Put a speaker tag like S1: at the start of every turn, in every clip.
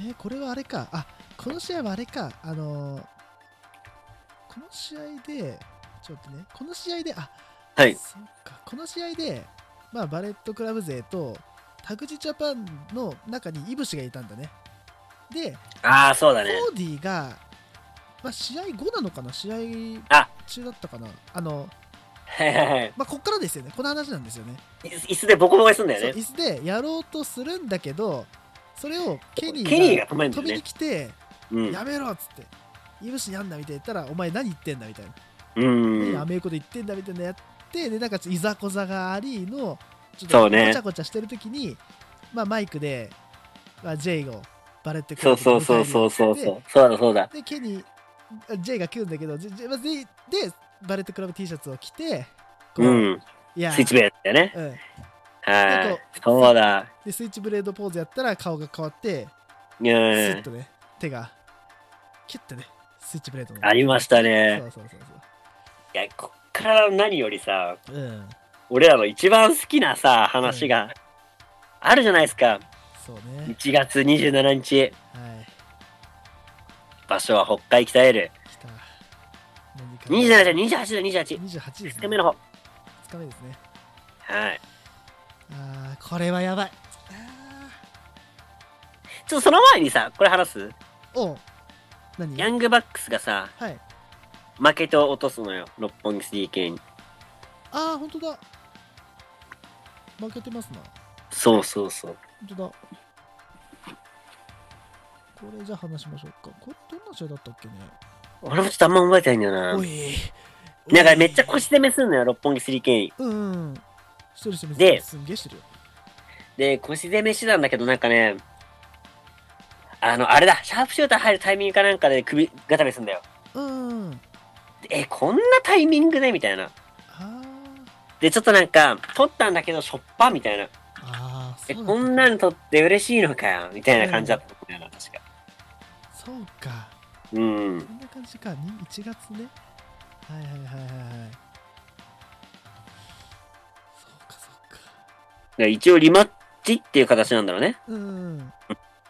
S1: えーこれはあれかあこの試合はあれかあのーこの試合でちょっと待ってねこの試合であ
S2: はい。
S1: そうかこの試合で、まあ、バレットクラブ勢とタグジジャパンの中にイブシがいたんだねで
S2: ああ、そうだ
S1: コ
S2: ね。
S1: ーディが、まあ、試合後なのかな試合
S2: あ
S1: 中だったかなあの、
S2: はいはいはい。
S1: まあ、こっからですよねこの話なんですよね
S2: い椅子でボコボコにすんだ
S1: そう
S2: よね。
S1: 椅子でやろうとするんだけどそれをケニ
S2: ケニー
S1: ー
S2: が
S1: が
S2: 止めるんだ
S1: 飛び
S2: よ
S1: に
S2: ね。
S1: 来て、
S2: うん
S1: やめろっつってイブシやんなみたいな言ったらお前何言ってんだみたいな、
S2: うん
S1: で。アメ横で言ってんだみたいなやってでなんかちょっといざこざがありのちょっ
S2: そ
S1: と
S2: うね
S1: ごちゃごちゃしてる時に、まあ、マイクで、まあ、ジェイをバレって
S2: そうそうそうそうそうそう。そうだそうだ。
S1: でケニーあ J が来るんだけど J, J まあ J でバレットクラブ T シャツを着てこ
S2: うん。
S1: いや
S2: スイッチベースだよね。
S1: うん、
S2: は
S1: あ
S2: い。そうだ。
S1: でスイッチブレードポーズやったら顔が変わって
S2: う
S1: スッ
S2: ん。
S1: とね手がキュッてねスイッチブレードの
S2: ありましたね
S1: そ。うそうそう
S2: いや、こっから何よりさ、
S1: そううん
S2: 俺らの一番好きなさ、話があるじゃないですか。
S1: そうね
S2: 1月27日、
S1: はい
S2: 場所は北海北エル。
S1: 来た何か
S2: 27だ、28だ、28。
S1: 28ですね
S2: 2日目の方。
S1: 二日目ですね
S2: はい。
S1: あーこれはやばいあ
S2: ちょっとその前にさ、これ話す
S1: ーおう何
S2: ヤングバックスがさ、
S1: はい
S2: 負けと落とすのよ。六本木 CK に。
S1: ああ本当だ負けてますな
S2: そうそうそう。
S1: 本当だ。これじゃあ話しましょうか。これどんな試合だったっけね。
S2: 俺もちょっとあんま覚えてないんだよな
S1: お。い。
S2: なんかめっちゃ腰攻めすんのよ、六本木 3K に。
S1: うんうん。してるしてる。
S2: です
S1: んげえしてるよ。
S2: で、腰攻めしてたんだけど、なんかね、あの、あれだ、シャープシューター入るタイミングかなんかで首固めすんだよ。
S1: うんうん。
S2: でえ、こんなタイミングでみたいな。
S1: あ
S2: で、ちょっとなんか、取ったんだけど、しょっぱみたいな。
S1: あ。ああ、そ
S2: え、
S1: うだ
S2: こんなの取って嬉しいのかよみたいな感じだったと思うんだよな、確か。
S1: そうか。
S2: うん。
S1: こんな感じか。に1月ね。はいはいはいはいはい。そうかそうか。
S2: で一応リマッチっていう形なんだろうね。
S1: うんうん。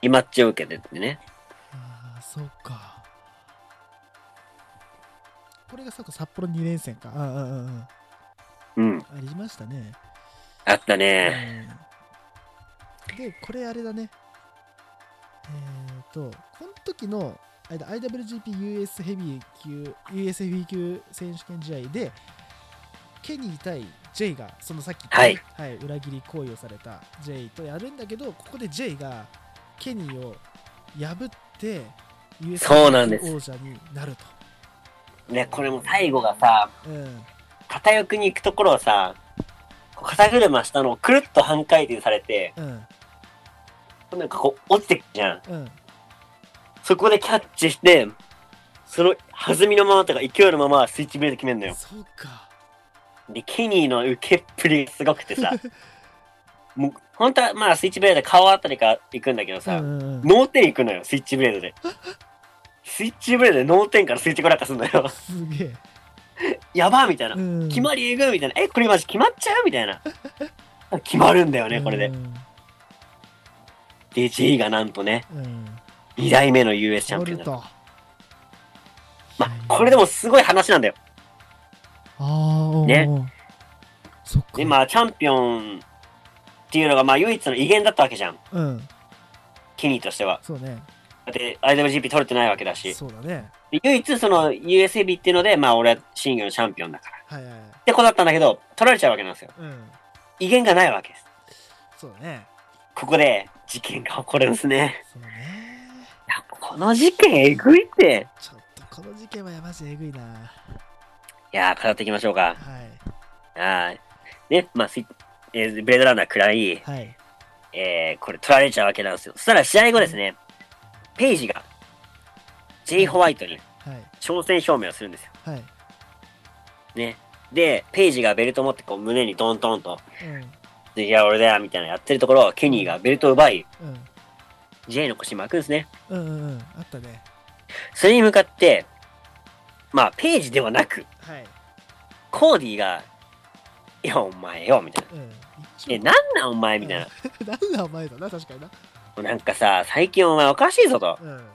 S2: リマッチを受けてってね。
S1: ああ、そうか。これがそうか、札幌2連戦か。うんうんうんうん。あ
S2: うん。
S1: りましたね。
S2: あったね。
S1: うんで、これあれだね。えっ、と、この時のあれだ IWGPUS ヘビー級、US ヘビー級選手権試合で、ケニー対 J が、そのさっき言ったね、はい裏切り行為をされた J とやるんだけど、ここで J がケニーを破って、US
S2: そうなんです
S1: 王者になると。
S2: ね、これも最後がさ、
S1: うん、
S2: 片翼に行くところをさ、こう肩車したのをくるっと半回転されて、
S1: うん、
S2: なんかこう落ちてくじゃん。
S1: うん。
S2: そこでキャッチして、その弾みのままとか勢いのままスイッチブレード決めるのよ。
S1: そうか。
S2: で、ケニーの受けっぷりがすご くてさ、もう本当はまあスイッチブレードで顔あたりから行くんだけどさ、
S1: うんうんうん
S2: 脳天行くのよ、スイッチブレード で。スイッチブレードで脳天からスイッチコラッカすん のよ。
S1: すげえ。
S2: やばーみたいな。
S1: うん
S2: 決まりえぐみたいな。え、これマジ決まっちゃうみたいな。 決まるんだよね、これで
S1: う。ん
S2: で、J がなんとね、
S1: うん
S2: 2代目の US チャンピオン
S1: 乗
S2: だ
S1: る。と
S2: まあ、これでもすごい話なんだよ。
S1: ああ
S2: ね
S1: そっか
S2: で、まあ、チャンピオンっていうのが、まあ、唯一の威厳だったわけじゃん。
S1: うん
S2: ケニーとしては。
S1: そうね
S2: だって、IWGP 取れてないわけだし。
S1: そうだね
S2: で唯一、その、US ヘビっていうので、まあ、俺はシングルのチャンピオンだから。
S1: は
S2: っ
S1: いはいはい
S2: てことだったんだけど、取られちゃうわけなんですよ。
S1: うん
S2: 威厳がないわけです。
S1: そうだね
S2: ここで、事件が起こるんですね。
S1: そうだね
S2: いや、この事件、えぐいって。
S1: ちょっとこの事件はやばしえぐいない
S2: やー、語っていきましょうか。
S1: はい
S2: はい。ね、まあ、スイえーブレードランナー食らい、
S1: はい
S2: えーこれ取られちゃうわけなんですよ。そしたら試合後ですね、ペイジが J. ホワイトに
S1: はい
S2: 挑戦表明をするんですよ。
S1: はい
S2: ね。で、ペイジがベルトを持ってこう胸にドントンと、
S1: う
S2: いや、俺だよ、みたいなのやってるところをケニーがベルトを奪い、
S1: んうん
S2: J の腰巻くんですね。
S1: うんうんうんあったね
S2: それに向かって、まあ、ペイジではなく、
S1: はい
S2: コーディが、いや、お前よ、みたいな。
S1: うん
S2: え、なんなん、お前、みたい な。
S1: ななんだお前だな確かにな
S2: もうなんかさ、最近お前おかしいぞと。
S1: うんうん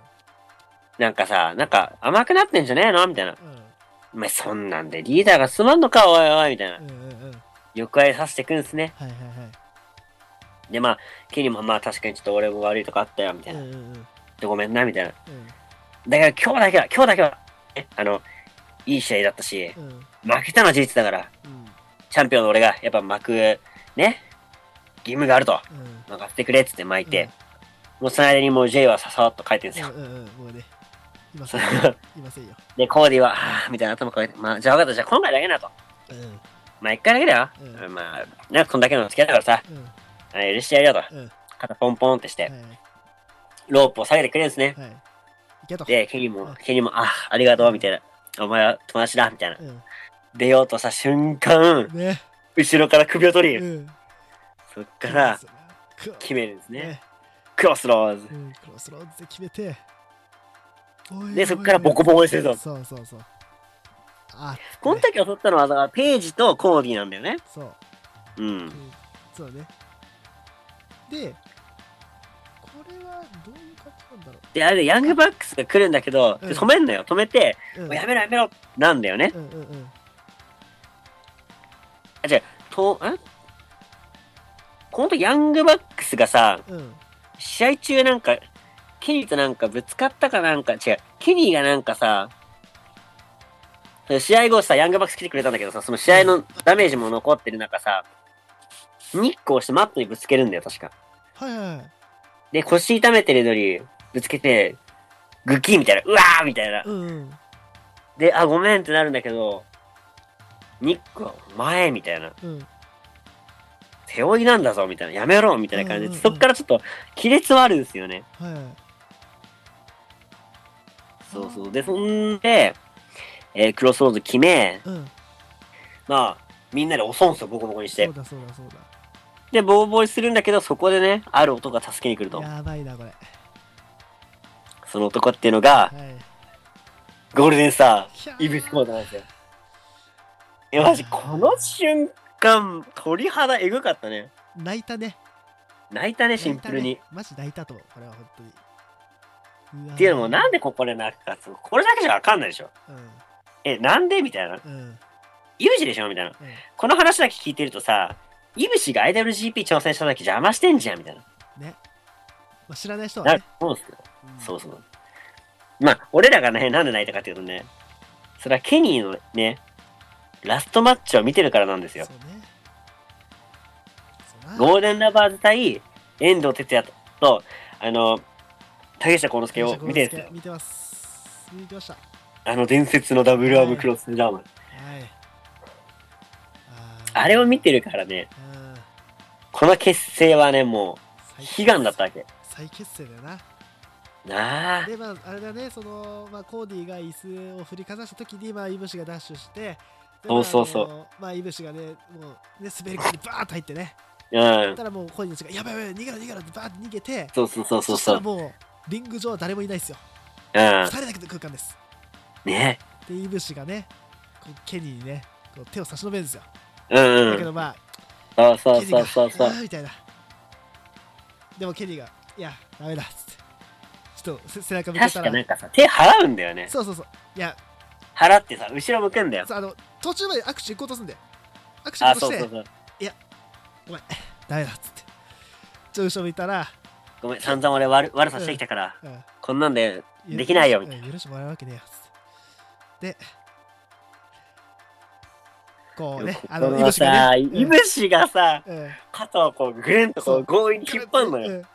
S2: なんかさ、なんか甘くなってんじゃねえのみたいな。お前そんなんでリーダーがすまんのか、おいおい、みたいな。
S1: うんうんうん
S2: 抑えさせてくんすね。
S1: はいはいはい
S2: で、まあ、ケニーもまあ確かにちょっと俺も悪いとこあったよ、みたいな。
S1: う
S2: ちょ
S1: んうんうん
S2: っとごめんな、みたいな。
S1: う
S2: だから今日だけは、今日だけは、ねあの、いい試合だったし、
S1: んうん
S2: 負けたのは事実だから、
S1: うん
S2: チャンピオンの俺がやっぱ巻く、ね、義務があると。
S1: うん
S2: 任せてくれっつって巻いて、もうその間にもう J はささっと帰ってるんですよ。
S1: うんうんうんもうねいませんよいませんよ
S2: で、コーディは、はぁ、みたいな頭抱えて、まあ、じゃあ分かった、じゃあ今回だけなと。
S1: うん
S2: まあ、一回だけだよ。
S1: う
S2: まあ、なんかこんだけの付き合いだからさ、
S1: うん
S2: あの許してやるよと。
S1: うん
S2: 肩ポンポンってして、
S1: はい
S2: ロープを下げてくれるんですね。
S1: はいいけと
S2: で、ケニー
S1: うん
S2: も、ケニーも、あ、ありがとう、みたいな。お前は友達だ、みたいな。
S1: うん
S2: 出ようとした瞬間、
S1: ね
S2: 後ろから首を取り、
S1: うん
S2: そっから
S1: クロ
S2: 決めるんですね。
S1: ね
S2: クロスローズ。
S1: うんクロスローズで決めておい
S2: で、
S1: おい
S2: そっからボコボコにするぞ。
S1: そうそうそうあ
S2: この時襲ったのは、だからページとコーディなんだよね。
S1: そう
S2: うん。
S1: そうね。で、これはどういう感じなんだろ
S2: で、あれでヤングバックスが来るんだけど、
S1: うん
S2: で止めんのよ。止めて、
S1: う。うん、
S2: もうやめろやめろなんだよね。
S1: うんうんうん。
S2: と、んこの時ヤングバックスがさ、
S1: うん
S2: 試合中なんか、ケニーとなんかぶつかったかなんか、違う、ケニーがなんかさ、試合後さ、ヤングバックス来てくれたんだけどさ、その試合のダメージも残ってる中さ、ニックをしてマットにぶつけるんだよ、確か。
S1: はいはいはい。
S2: で、腰痛めてるのに、ぶつけて、グキーみたいな、うわーみたいな。
S1: うんうん。
S2: で、あ、ごめんってなるんだけど、ニックは前みたいな、
S1: うん
S2: 背負いなんだぞみたいな、やめろみたいな感じ
S1: うんうん
S2: で、
S1: うん
S2: そっからちょっと亀裂はあるんですよね。
S1: はいはい。
S2: そうそう。で、そんで、えークロスローズ決め、
S1: うん。
S2: まあ、みんなでおそんそボコボコにし
S1: そ
S2: て
S1: う、だそうだそうだ。
S2: で、ボーボーにするんだけど、そこでね、ある音が助けに来ると。
S1: やばいなこれ。
S2: その男っていうのが、
S1: はい。
S2: ゴールデンスタ
S1: ひゃ
S2: ー、イブスコートなんですよ。え、マジ、この瞬間、鳥肌エグかったね。
S1: 泣いたね。
S2: 泣いたね、シンプル
S1: 泣い
S2: に
S1: た。ねマジ泣いたと思う。これは本当に。うわー
S2: っていうのも、なんでここで泣くかっつうこれだけじゃわかんないでしょ。え、なんでみたいな。
S1: うんうん
S2: イブシでしょみたいな。
S1: うん。
S2: この話だけ聞いてるとさ、イブシがアイドル GP 挑戦した時邪魔してんじゃんみたいな。
S1: まあ、知らない人は
S2: な
S1: ね
S2: る。と思うんですけど。
S1: うん
S2: そうそう。まあ、俺らがね、なんで泣いたかっていうとね、それはケニーのね、ラストマッチを見てるからなんですよ
S1: そ。うね。そうな
S2: ゴールデンラバーズ対遠藤哲也と、あの、竹下幸之助を見てるんですよ。
S1: 見てます。見てました。は
S2: あの伝説のダブルアームクロスジャーマン。
S1: い。あー
S2: あれを見てるからね、
S1: うん
S2: この結成はね、もう悲願だったわけ。
S1: 再結成だよな
S2: なあ、
S1: でまああれだねその、まあ、コーディが椅子を振りかざした時にまあイブシがダッシュしてで
S2: そうそうそう
S1: まああのまあイブシがねもうね滑り込んでバーッと入ってね
S2: う
S1: そし
S2: ん。
S1: たらもうコーディの人がやばいやばい逃げろ逃げろってバーッと逃げて
S2: そうそうそうそう
S1: した
S2: そ
S1: ら
S2: う。
S1: もうリング上は誰もいないですよ
S2: うん
S1: 二。人だけの空間です
S2: ね。
S1: でイブシがねこうケニーにねこう手を差し伸べるんですよ
S2: うんう
S1: だけ
S2: ん。
S1: どまあ
S2: そ
S1: ケ
S2: うそう
S1: ニーが
S2: そうそうそう
S1: あ。ーみたいなでもケニーがいやダメだっつってちょっとせ背中向け
S2: 確
S1: た
S2: かな
S1: ら
S2: んかさ、手払うんだよね。
S1: そうそうそういや
S2: 払ってさ、後ろ向くんだよ。
S1: そうあの途中まで握手行こうとすんで握手行
S2: あ、
S1: こうと
S2: そ
S1: し
S2: う
S1: て
S2: そうそう。
S1: ダメだっつってちょっと後ろ向いたら、
S2: ごめん、散々俺悪悪さしてきたから、
S1: うん
S2: こんなんで
S1: 許
S2: できないよみたい
S1: うん許してもらうわけねえよっつってでこう
S2: な。
S1: ねあ
S2: こ
S1: の
S2: の
S1: イブシが
S2: さ、
S1: ね
S2: イブシがさ、
S1: うんうん
S2: 肩をこう、ぐれんとこ
S1: そう
S2: う、強引に引っ張るの
S1: う
S2: よ。
S1: ん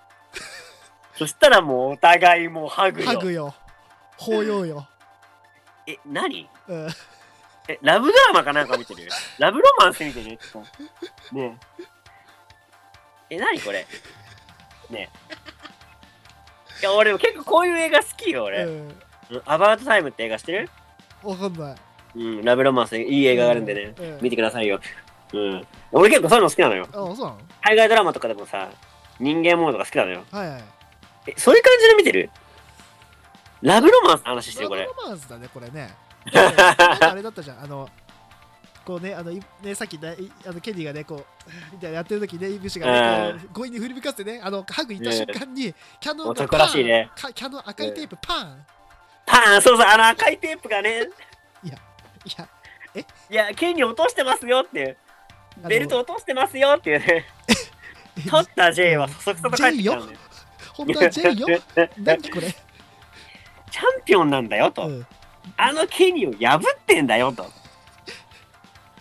S2: そしたらもう、お互いもうハグ
S1: ハグ
S2: よ。
S1: よ抱擁よ、
S2: え、何
S1: うん、
S2: え、ラブドラマかなんか見 てるラブロマンス見てるちょっとねえ。え、何これねえ。いや、俺結構こういう映画好きよ、俺。
S1: うん
S2: アバウトタイムって映画知ってる
S1: わかんない
S2: うん、ラブロマンス、いい映画があるんでね。
S1: うん
S2: 見てくださいよ。うん。俺結構そういうの好きなのよ。
S1: あそうなの
S2: 海外ドラマとかでもさ、人間ものとか好きなのよ。
S1: はいはい
S2: え、そういう感じで見てるラブロマンスの話してる、こ
S1: ラ
S2: れ
S1: ブ。ロマンスだねこれねなんかあれだったじゃんあのこうね、あの、いね、さっきだい、あの、ケニーがね、こう、み たいなやってる時ね、イブシがね、こう強引に振り向かせてね、あの、ハグいった瞬間に、キャノンが
S2: 男らしいね
S1: パーンかキャノン赤いテープパーン、
S2: パーンそうそう、あの赤いテープがね、
S1: いや、
S2: いや、ケニー落としてますよっていう
S1: あの
S2: ベルト落としてますよっていうね、
S1: え
S2: 取った J はそそくそと帰ってきたんだよ。
S1: 本当は J よ何これ、
S2: チャンピオンなんだよと、
S1: うん、
S2: あのケニーを破ってんだよと。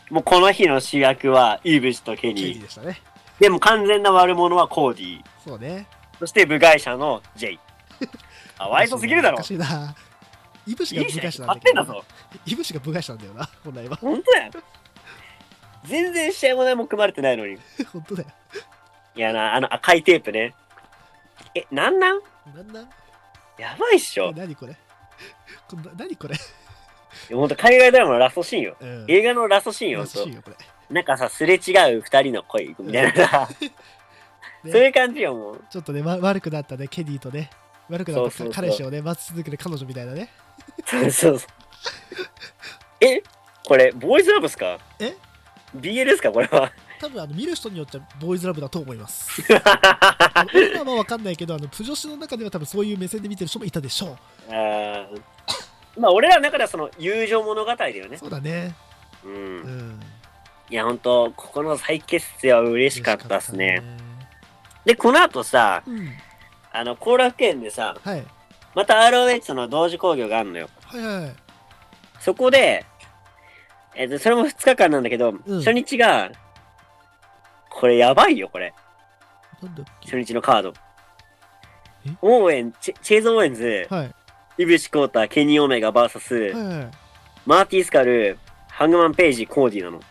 S2: もうこの日の主役はイブシと
S1: ケ
S2: ケ
S1: ニ
S2: ニ
S1: ー
S2: ー。
S1: でしたね。
S2: でも完全な悪者はコーディー。
S1: そうね。
S2: そして部外者の J。あ、ワイソすぎるだろ
S1: おか。しいな。イブシ
S2: い
S1: が
S2: い
S1: 部
S2: じゃ
S1: 外
S2: ん、
S1: したん
S2: 勝
S1: だ
S2: って
S1: け
S2: んだ
S1: ど、
S2: ぞ。
S1: イブシが部外したんだよな、本来は。
S2: 本当だよ。全然試合も何も組まれてないのに。い
S1: 本当だよ。
S2: やな、あの赤いテープね。え、なんなん
S1: なんなん
S2: やばいっしょ
S1: え。何これこんな何これ、
S2: ほんと海外ドラマのラストシーンよ。
S1: うん、
S2: 映画のラストシーンよ、
S1: ら
S2: ほ
S1: し
S2: ん
S1: いよ、これ。
S2: と。なんかさ、すれ違う二人の恋みたいなさ、
S1: ね
S2: そういう感じよ、もう。
S1: ちょっとね、わ悪くなったね、ケニーとね、悪くなった
S2: そうそうそう
S1: 彼氏をね、待ち続ける彼女みたいなね。
S2: そうそうそう。えこれ、ボーイズラブっすか
S1: え
S2: ?BL ですかこれは。
S1: 多分あの見る人によってはボーイズラブだと思い ます。あの今はわかんないけど、あのプ女子の中では多分そういう目線で見てる人もいたでしょ
S2: あーまあ、俺らの中ではその友情物語だよ
S1: う。
S2: ね。
S1: そうだね。
S2: う。
S1: うんん。
S2: いや、ほんと、ここの再結成は嬉しかったっすね。で、この後さ、
S1: 嬉しか
S2: あの、後楽園でさ、
S1: ったね。うん。はい。
S2: また ROH の同時興行があるのよ。
S1: はいはい。
S2: そこで、えっと、それも2日間なんだけど、初日が、これやばいよ、これ。
S1: なんだっ
S2: 初日のカード
S1: え。
S2: オーエン、チェチェーズ・オーエンズ、
S1: けはい。
S2: イブシ・コーター、ケニー・オメガ VS、
S1: はいはい。
S2: マーティー・スカル、ハングマン・ページ、コーディなの。
S1: ほ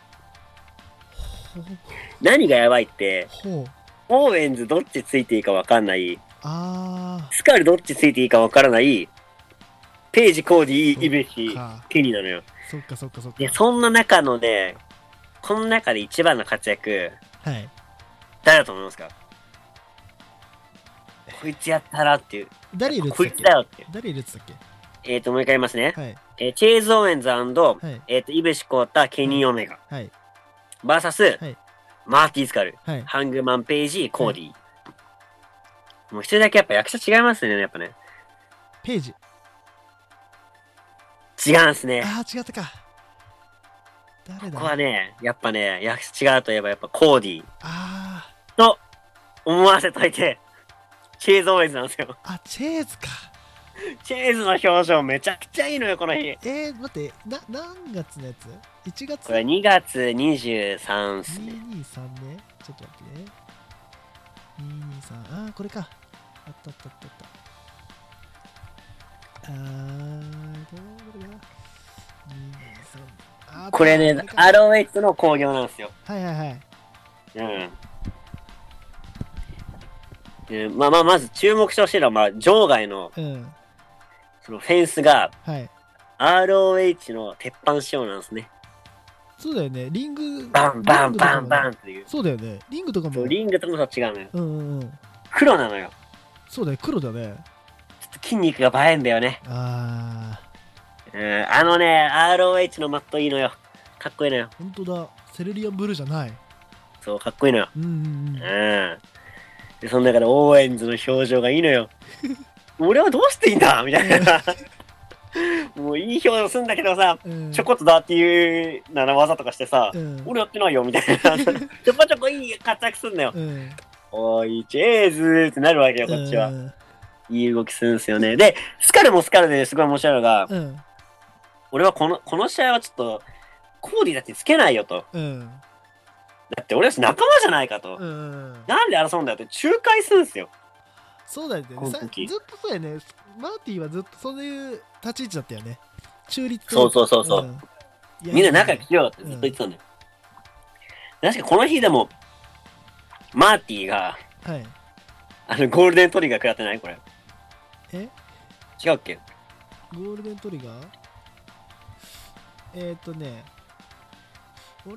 S2: 何がやばいって、
S1: ほう。
S2: オーエンズどっちついていいかわかんない、
S1: あ
S2: スカルどっちついていいかわからない、ページ、コーディ、イブ
S1: ー。
S2: シ、
S1: か。
S2: ケニーなのよ。
S1: そっかそっかそっ
S2: いや、
S1: か。
S2: そんな中のね、この中で一番の活躍、
S1: はい。
S2: 誰だと思いますかこいつやったらっていう。
S1: 誰いるっ
S2: こ
S1: つ
S2: い
S1: っ
S2: つ
S1: け
S2: だよっていう。
S1: 誰いるっつっけ
S2: えっ、と、もう一回言いますね。
S1: はい。
S2: えーチェーズ・オーエンズ
S1: はい。
S2: えっ、と、イブシ・コータ、ケニー・オメガ、
S1: はい。
S2: バーサス
S1: はい、
S2: マーティー・スカル、
S1: はい。
S2: ハングマン・ページ、コーディ。もう一人だけやっぱ役者違いますね、やっぱね。
S1: ページ。
S2: 違うんすね。
S1: ああ、違ったか。誰
S2: こ
S1: だ
S2: こは
S1: あ
S2: ね、やっぱね、役者違うといえばやっぱコーディ
S1: あ
S2: と思わせといて、チェーズ・オーエンズなんですよ。
S1: ー。あ、チェーズか。
S2: チェーズの表情めちゃくちゃいいのよ、この日。
S1: えー、待って、な、何月のやつ ?1 月
S2: これ2月23っすね。
S1: 223ね。ちょっと待ってね。223。ああ、これか。あったあったあったあった。あー、どうだろうな。223。あー
S2: これね、
S1: か
S2: ROH の興行なんですよ。
S1: はいはいはい。
S2: うん。えーまあまあ、まず注目してほしいのは、まあ、場外の
S1: うん。
S2: そのフェンスが
S1: はい。
S2: ROH の鉄板仕様なんですね。
S1: そうだよね。リング。
S2: バンバンバンバ
S1: ン
S2: ンっていう。
S1: そうだよね。リングとか
S2: そ
S1: も。
S2: う
S1: うん
S2: リングとも違うのよ。
S1: うんうん。
S2: 黒なのよ。
S1: そうだよ、黒だね。
S2: ちょっと筋肉が映えんだよね。
S1: ああ、
S2: うん。あのね、ROH のマットいいのよ。かっこいいのよ。
S1: 本当だ。セルリアンブルーじゃない。
S2: そう、かっこいいのよ。
S1: うんうんうん。
S2: うん。で、その中でオーエンズの表情がいいのよ。 俺はどうしていいんだみたいな。 もういい表情するんだけどさ、
S1: うん、
S2: ちょこっとだっていうなら技とかしてさ、
S1: うん。
S2: 俺やってないよみたいな。 ちょこちょこいい活躍すんだよ。
S1: うん。
S2: おい、チェーズーってなるわけよ、こっちは
S1: う。ん。
S2: いい動きするんですよね。で、スカルもスカルですごい面白いのが、
S1: うん。
S2: 俺はこの、この試合はちょっと、コーディだってつけないよと。
S1: うん。
S2: だって俺たち仲間じゃないかと。
S1: うん。
S2: なんで争うんだよって仲介するんですよ。
S1: そうだよね。
S2: この
S1: さずっ
S2: 時
S1: とそうだよね。マーティはずっとそういう立ち位置だったよね。中立と
S2: そうそうそうそう。
S1: ん
S2: みんな仲良くしようってずっと言ってたんだよ。確かこの日でも、マーティが、
S1: はい。
S2: あの、ゴールデントリガー食らってないこれ。
S1: え
S2: 違うっけ
S1: ゴールデントリガーえー、っとね、あれ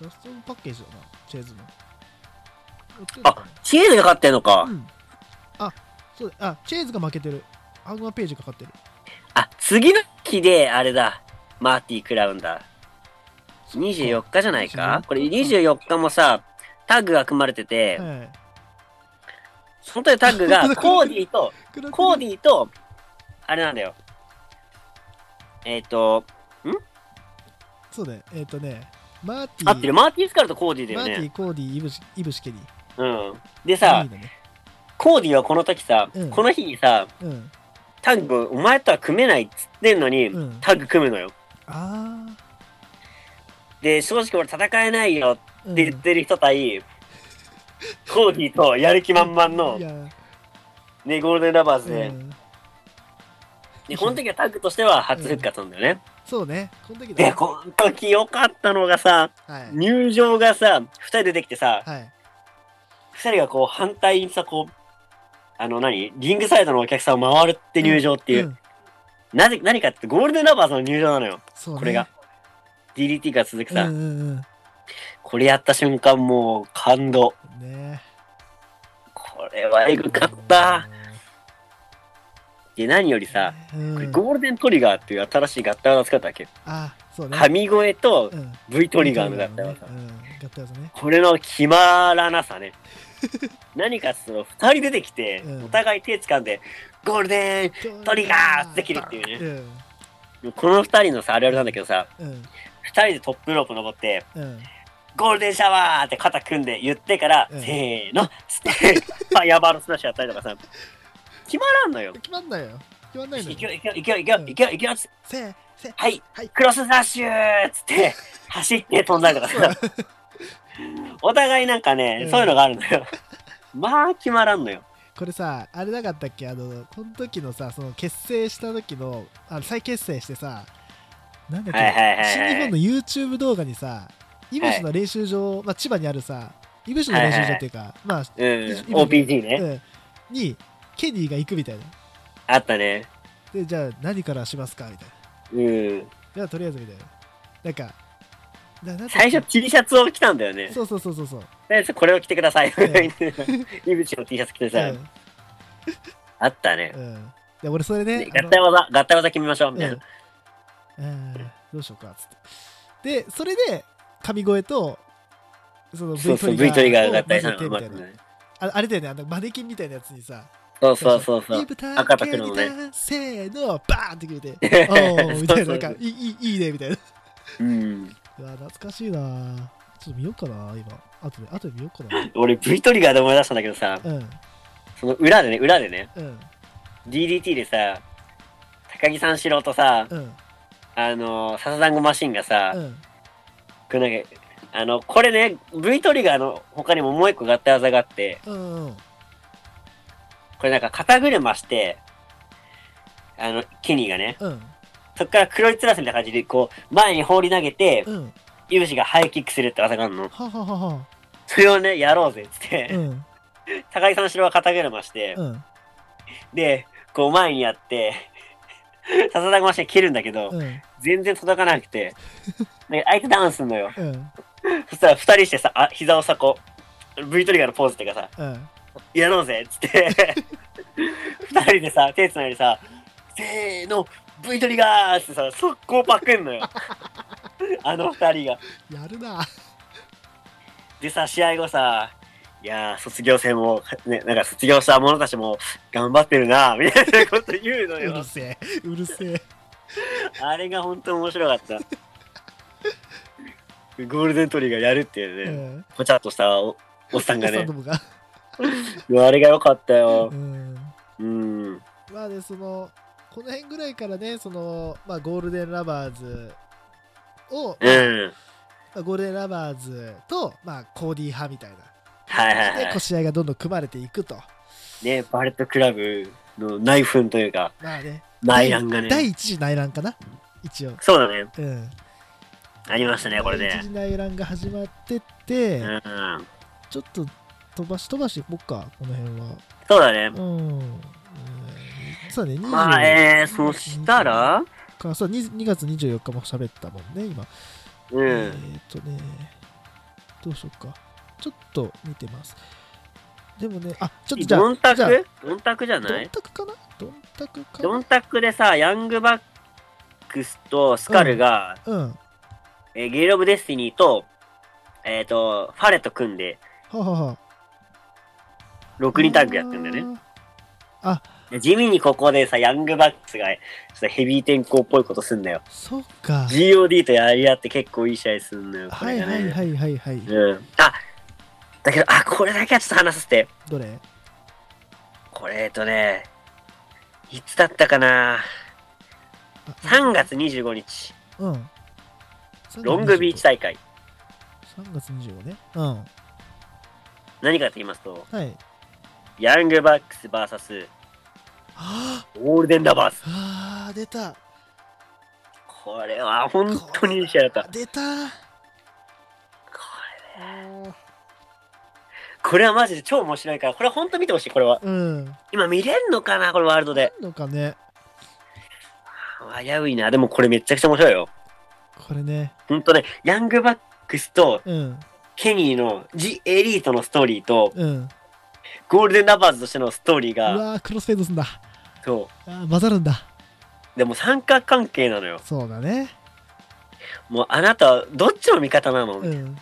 S1: ラストパッケージだな、チェーズの。
S2: あ、チェーズが勝ってんのか
S1: う。ん。あ、そうだあ、チェーズが負けてる。ハングマンページが勝ってる。
S2: あ、次の日で、あれだ。マーティ食らうんだ。 24日じゃない
S1: 24
S2: か
S1: 日
S2: これ24日もさ、タッグが組まれてて、
S1: はい
S2: その時のタッグ がコーディーと、コーデ
S1: ィ
S2: ィーと、あれなんだよ。えっ、と、
S1: そうねえっ、とねマーティー
S2: 合ってる、マーティー・スカルとコーディー
S1: マ
S2: だ
S1: ーテ
S2: よ
S1: ィ
S2: ね。
S1: ーコーディーイブシイブシケリー
S2: うん。でさ
S1: いい、ね
S2: コーディーはこの時さ、
S1: うん
S2: この日にさ、
S1: うん
S2: タッグ、お前とは組めないっつってんのに、
S1: うん
S2: タッグ組むのよ。
S1: ああ
S2: で、正直俺戦えないよ
S1: うん
S2: って言ってる人対、コーディーとやる気満々の
S1: い、や
S2: ね、ゴールデンラバーズで、
S1: うん
S2: で、この時はタッグとしては初復活なんだよね。
S1: そうねこの時だ
S2: で、この時良かったのがさ、
S1: はい
S2: 入場がさ、二人出てきてさ、
S1: はい
S2: 二人がこう反対にさ、こう、あの何、リングサイドのお客さんを回るって入場っていう。
S1: ん
S2: なぜ、何かってゴールデンラバーズの入場なのよ。
S1: そうね
S2: これが。DDT が続く
S1: うん
S2: さ、
S1: うん
S2: これやった瞬間もう感動。
S1: うんね
S2: これはエグかった。で、何よりさ、これ
S1: うん
S2: ゴールデントリガーっていう新しい合体を使ったわけ。
S1: あそうね
S2: 神声と
S1: うん
S2: V トリガーの合体
S1: うん
S2: 技。
S1: 合体技ね
S2: これの決まらな さね。何かその2人出てきて、
S1: うん
S2: お互い手掴んで、ゴールデトリガーできるっていう
S1: ね
S2: ンこの2人のさ、あるあるなんだけどさ、
S1: うんうん
S2: 2人でトップロープ登って、
S1: うん
S2: ゴールデンシャワーって肩組んで言ってから、
S1: うん
S2: せーの、つって、ファイヤーバーのスマッシュやったりとかさ、決まらんのよ。
S1: 決まんないよ決まんないの
S2: い
S1: よ
S2: くよいくよいくよいくよいくよいくよつって
S1: せせ
S2: はい、
S1: はい
S2: クロスダッシューっつって、走って飛んだりとかさ、 お互いなんかね、
S1: うん
S2: そういうのがあるのよ。まあ、決まらんのよ。
S1: これさあれなかったっけあのこの時のさその結成した時のあの再結成してさなんだっけ、
S2: はいはいはいはい
S1: 新日本の YouTube 動画にさイブシの練習場、まあ、千葉にあるさイブシの練習場っていうか、まあ、
S2: うん、
S1: 今
S2: OPG ね、
S1: うん、にケニーが行くみたいな
S2: あったね。
S1: でじゃあ何からしますかみたいな
S2: うん。
S1: じゃあとりあえずみたいななんかななんだっけ
S2: 最初 T シャツを着たんだよね。
S1: そうそうそうそうそう
S2: とりあえずこれを着てください。
S1: う
S2: イブチの T シャツ着てさ、
S1: うん
S2: あったね。
S1: うん、で俺それ
S2: で
S1: ねあの
S2: 合体技、合体技決めましょうみたいな。
S1: うん、うんどうしようかっつってでそれで神声とその V
S2: そうそう、
S1: ト
S2: V トリガー
S1: を
S2: が合体した
S1: 混ぜてみ
S2: の
S1: た
S2: がま
S1: い
S2: ず
S1: な
S2: ね。
S1: ああれだよねあのマネキンみたいなやつにさ
S2: そうそうそうそう。
S1: 赤
S2: 赤
S1: た
S2: た
S1: く
S2: く
S1: の
S2: の
S1: ね
S2: ね
S1: せーのバーンって決め ておおみたいななんか
S2: そうそう
S1: いいいいいねみたいな
S2: うん。
S1: うわ懐かしいなちょっと見ようかな今あとで後で見ようかな
S2: 俺、V トリガーで思い出したんだけどさ、
S1: うん
S2: その裏でね、裏でね、
S1: うん
S2: DDT でさ、高木三四郎とさ、
S1: うん
S2: あの、笹団子マシンがさ、
S1: うん
S2: これなんかあの、これね、V トリガーの他にももう一個合体技があって、
S1: うんうん
S2: これなんか肩車して、あの、ケニーがね、
S1: うん
S2: そっから黒いつらせみたいな感じで、こう、前に放り投げて、
S1: うん
S2: イブシがハイキックするって技があるの。
S1: はははは
S2: それをね、やろうぜっつって、
S1: うん
S2: 高木さん後ろは肩車して、
S1: うん
S2: で、こう前にやって、笹田ごまし蹴るんだけど、
S1: うん
S2: 全然届かなくて、で相手ダウンすんのよ。
S1: うん
S2: そしたら二人してさ、あ膝をさ、こう、V トリガーのポーズっていうかさ、
S1: うん
S2: やろうぜっつって、二人でさ、手つないでさ、せーの、V トリガーっつってさ、速攻パクんのよ。あの二人が。
S1: やるな
S2: でさ、試合後さ、いやー、卒業生も、ね、なんか卒業した者たちも頑張ってるな、みたいなこと言うの
S1: うる
S2: よ。
S1: せえうるせえ
S2: あれが本当面白かった。ゴールデントリガーやるっていう
S1: う
S2: ね、
S1: ん
S2: ぽちゃっとしたおおっさんが
S1: お
S2: ね
S1: ど、もが
S2: うわあれが良かったよ
S1: う。ん
S2: うん。
S1: まあね、その、この辺ぐらいからね、その、まあ、ゴールデンラバーズを、
S2: う
S1: ま
S2: ん。
S1: あゴールデンラバーズと、まあ、コーディー派みたいな。
S2: はいはい
S1: で、
S2: は
S1: こう試合がどんどん組まれていくと。
S2: い。ね、バレットクラブの内紛というか、
S1: まあね、
S2: 内乱がね。
S1: 第一次内乱かな、一応。
S2: そうだね。
S1: うん。
S2: ありましたね、これ
S1: 第一
S2: ね。
S1: 次内乱が始まってって、
S2: うん。
S1: ちょっと飛ばし飛ばしいこっか、この辺は。
S2: そうだね。
S1: うん。うんそうだね、
S2: まあ、
S1: 24
S2: えー、そしたら、
S1: 日、そう、2, 2月24日も喋ったもんね、今。
S2: う
S1: え
S2: ん。
S1: ーっとね、どうしようか。ちょっと見てます。でもね、あ、ちょっとじゃあ、
S2: ドンタ
S1: じゃあ
S2: クドンタクじゃな
S1: どん
S2: い
S1: たくかなどんたくか
S2: ド
S1: な
S2: ンタクでさ、ヤングバックスとスカルが、
S1: うん。
S2: えーゲイル・オブ・デスティニーと、えっ、と、ファレと組んで、
S1: ははは
S2: 6人タッグやってんだよね。
S1: ねあ
S2: で地味にここでさ、ヤングバックスが、ちょっとヘビー転向っぽいことすんだよ。
S1: そっか
S2: GOD とやり合って結構いい試合すんのよ、こ
S1: は
S2: れ
S1: い
S2: がね。
S1: はいはいはいはい
S2: うん。あ、だけど、あ、これだけはちょっと話させて。
S1: どれ
S2: これ、えっとね、いつだったかな
S1: あ
S2: ?3 月25日、
S1: うん
S2: ロングビーチ大会。
S1: 3月25ねうんは
S2: 何かと言いますと、
S1: い
S2: ヤングバックス VS
S1: は
S2: ゴールデンラバーズ。
S1: あ出た
S2: これは本当にいい試合だった。こ
S1: 出た
S2: れねこれはマジで超面白いから、これは本当見てほしい、これは。
S1: うん
S2: 今見れんのかなこれワールドで。
S1: のかね
S2: 危ういな。でもこれめちゃくちゃ面白いよ。
S1: これね
S2: 本当ね、ヤングバックスと
S1: うん
S2: ケニーのジ・エリートのストーリーと、
S1: うんう
S2: ゴールデンラバーズとしてのストーリーが、
S1: わークロスフェードすんだ
S2: そ
S1: あー混ざるんだ
S2: う。でも三角関係なのよ。
S1: そうだね
S2: もうあなたはどっちの味方なの、
S1: うん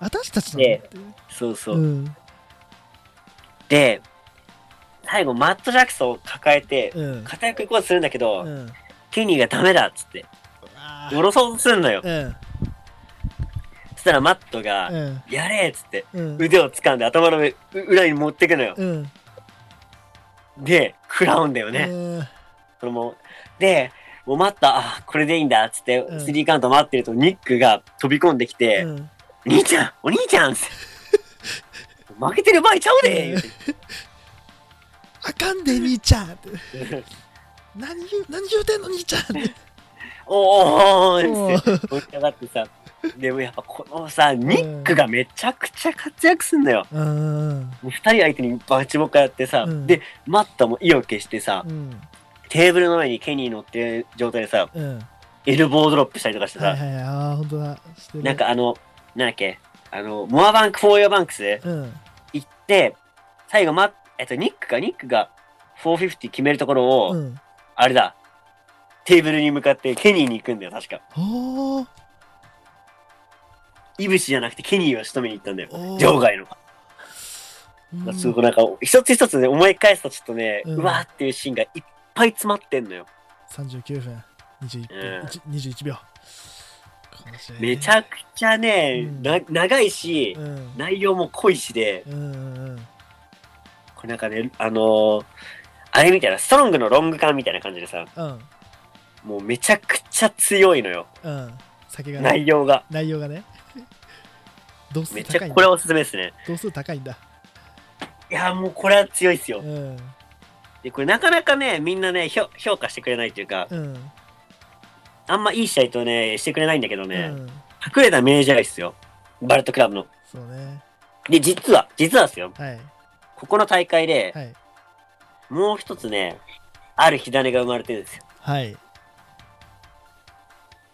S1: 私たちの
S2: でそうそう。
S1: うん
S2: で、最後マット・ジャクソンを抱えて、
S1: うん
S2: 固く行こうとするんだけど、
S1: うん
S2: ケニーがダメだっつって、
S1: あ
S2: よろそうとするのよ。
S1: ー
S2: そしたらマットが、
S1: うん
S2: やれっつって、
S1: うんうん
S2: 腕を掴んで頭の上、う裏に持ってくのよ。
S1: うん
S2: で、食らうんだよね。
S1: うん
S2: そのもうで、もう待った、あこれでいいんだっつって、
S1: うん
S2: スリーカウント待ってると、ニックが飛び込んできて、
S1: うん
S2: お兄ちゃんお兄ちゃ んっつって負けてる場合ちゃうで
S1: うんあかんで兄ちゃんって何言う何言うてんの兄ちゃんって
S2: おーおーおーっつっ
S1: う
S2: て、盛り上がってさ、でもやっぱこのさ、ニックがめちゃくちゃ活躍すんだよ。
S1: うん
S2: もう二人相手にバチボコやってさ、
S1: うん
S2: で、マットも意を決してさ、
S1: うん
S2: テーブルの上にケニー乗ってる状態でさ、
S1: うん
S2: エルボードロップしたりとかしてさ、
S1: はいはいはいああ本当だしてる
S2: なんかあの、なんだっけ、あの、モアバンク、フォーヨーバンクス
S1: うん
S2: 行って、最後、ま、えっと、ニックか、ニックが450決めるところを、
S1: うん
S2: あれだ、テーブルに向かってケニーに行くんだよ、確か。
S1: おー
S2: イブシじゃなくてケニーを仕留めに行ったんだよ。
S1: おー
S2: 場外の。
S1: うん
S2: すごいなんか、一つ一つね、思い返すとちょっとね、
S1: う
S2: うんわーっていうシーンがいっぱい詰まってんのよ。
S1: 39分21分、
S2: うん
S1: 一21秒この試合ね
S2: めちゃくちゃね、
S1: うん
S2: な長いし
S1: う、ん
S2: 内容も濃いしで、
S1: うんうんうん
S2: これなんかね、あのーあれみたいな、ストロングのロング缶みたいな感じでさ、
S1: うん
S2: もうめちゃくちゃ強いのよ、
S1: うん酒がね
S2: 内容が。
S1: 内容がね度数
S2: めっち
S1: 高い
S2: ゃ
S1: ん
S2: これ
S1: だ
S2: おすすめですね。
S1: 度数高いんだ
S2: いやーもうこれは強いっす
S1: う
S2: よ。
S1: ん
S2: でこれなかなかねみんなね評評価してくれないっていうか
S1: うん
S2: あんまいい試合とねしてくれないんだけどね、
S1: うん
S2: 隠れた名試合っすよバレットクラブの。
S1: そうね
S2: で実は実はですよ
S1: はい
S2: ここの大会で、
S1: はい
S2: もう一つねある火種が生まれてるんですよ。
S1: はい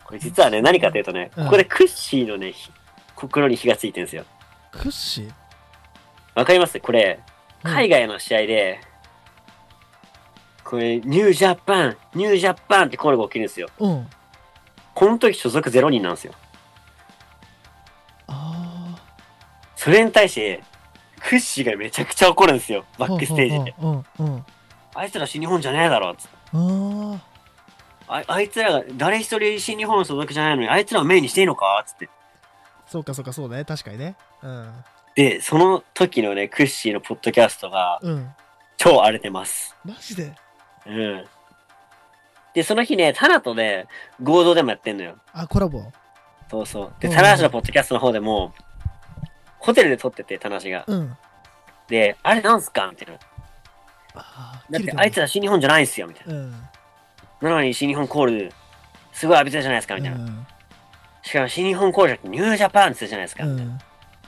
S2: これ実はね何かというとね、
S1: うん
S2: ここでクッシーのねひ心に火がついてるんですよ。
S1: クッシー
S2: わかりますこれ
S1: うん
S2: 海外の試合で、これニュージャパンニュージャパンってコールが起きるんですよ。
S1: うん
S2: この時所属0人なんですよ。
S1: ああ
S2: それに対して、クッシーがめちゃくちゃ怒るんですよ、バックステージで。
S1: うんうん
S2: あいつら新日本じゃねえだろっつって
S1: うんあ
S2: ああいつらが誰一人新日本の所属じゃないのに、あいつらをメインにしていいのかっつって。
S1: ーそうかそうかそうだね確かにねうん
S2: で、その時のね、クッシーのポッドキャストが
S1: うん
S2: 超荒れてます。
S1: マジで
S2: うん。で、その日ね、タナとね、合同でもやってんのよ。
S1: あコラボ
S2: そうそう。で、
S1: うん
S2: タナシのポッドキャストの方でも、ホテルで撮ってて、タナシが。
S1: うん
S2: で、あれなんすかみたいな。
S1: あー
S2: だ
S1: 切
S2: っ
S1: れ
S2: て
S1: る
S2: あいつら新日本じゃないんすよ、みたい
S1: うん
S2: な。なのに新日本コール、すごい浴びてるじゃないですか、みたいな
S1: う。ん
S2: しかも新日本工場ってニュージャパンって言うじゃないですか、
S1: う
S2: みたいなん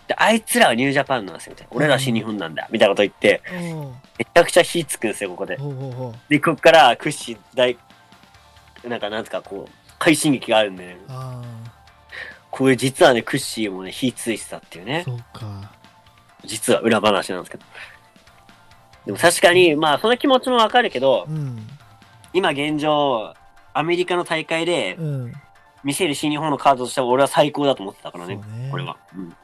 S2: であいつらはニュージャパンなんですよみたいな俺らは新日本なんだみたいなこと言って
S1: おー
S2: めちゃくちゃ火つくんですよここで
S1: ほうほうほう
S2: でこっから屈指大なんかなんですかこう快進撃があるんで、ね、
S1: あ
S2: これ実はねクッシーもね火ついてたっていう
S1: あ
S2: ね
S1: そうか
S2: 実は裏話なんですけどでも確かにまあその気持ちもわかるけど
S1: うん
S2: 今現状アメリカの大会で
S1: うん
S2: 見せる新日本のカードとしては俺は最高だと思ってたからね、
S1: そうね
S2: これは。うん、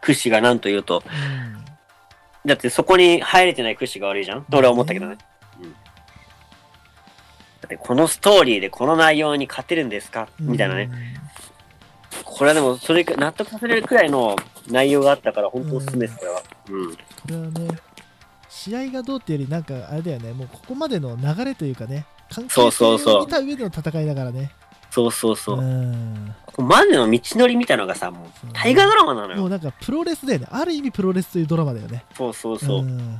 S2: 屈指がなんと言うと、
S1: うん
S2: だってそこに入れてない屈指が悪いじゃんと俺は思ったけどね。うんだってこのストーリーでこの内容に勝てるんですかみたいなね。これはでも、それく、納得させれるくらいの内容があったから、本当おすすめです、これは。うん。
S1: これはね試合がどうっていうよりなんかあれだよねもうここまでの流れというかね関
S2: そ
S1: 係
S2: うそう
S1: 性
S2: そう
S1: を見た上での戦いだからね
S2: そうそうそうう。
S1: ん
S2: ここまでの道のりみたいなのがさ、もう
S1: そう、
S2: 大河ドラマなの
S1: も
S2: よ
S1: う。なんかプロレスだよねある意味プロレスというドラマだよね
S2: そうそうそう。だか
S1: ん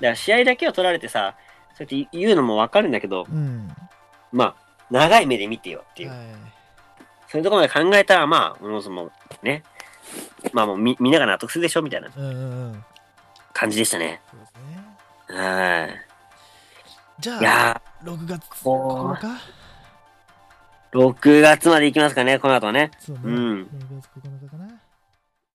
S2: ら試合だけを取られてさ、そうやって言うのもわかるんだけど、
S1: うんは
S2: まあ、長い目で見てよって
S1: い
S2: いう。そういうところまで考えたら、まあ、おのずも、ね。まあもうみ、みんなが納得するでしょみたいな
S1: うんうんうん
S2: 感じでしたね。
S1: そうですね
S2: はい。
S1: じ
S2: い
S1: ゃあ
S2: や
S1: 6月
S2: おー
S1: 9日
S2: ー、6月まで行きますかね、この後はね。
S1: そうね
S2: うん
S1: 6月9日かな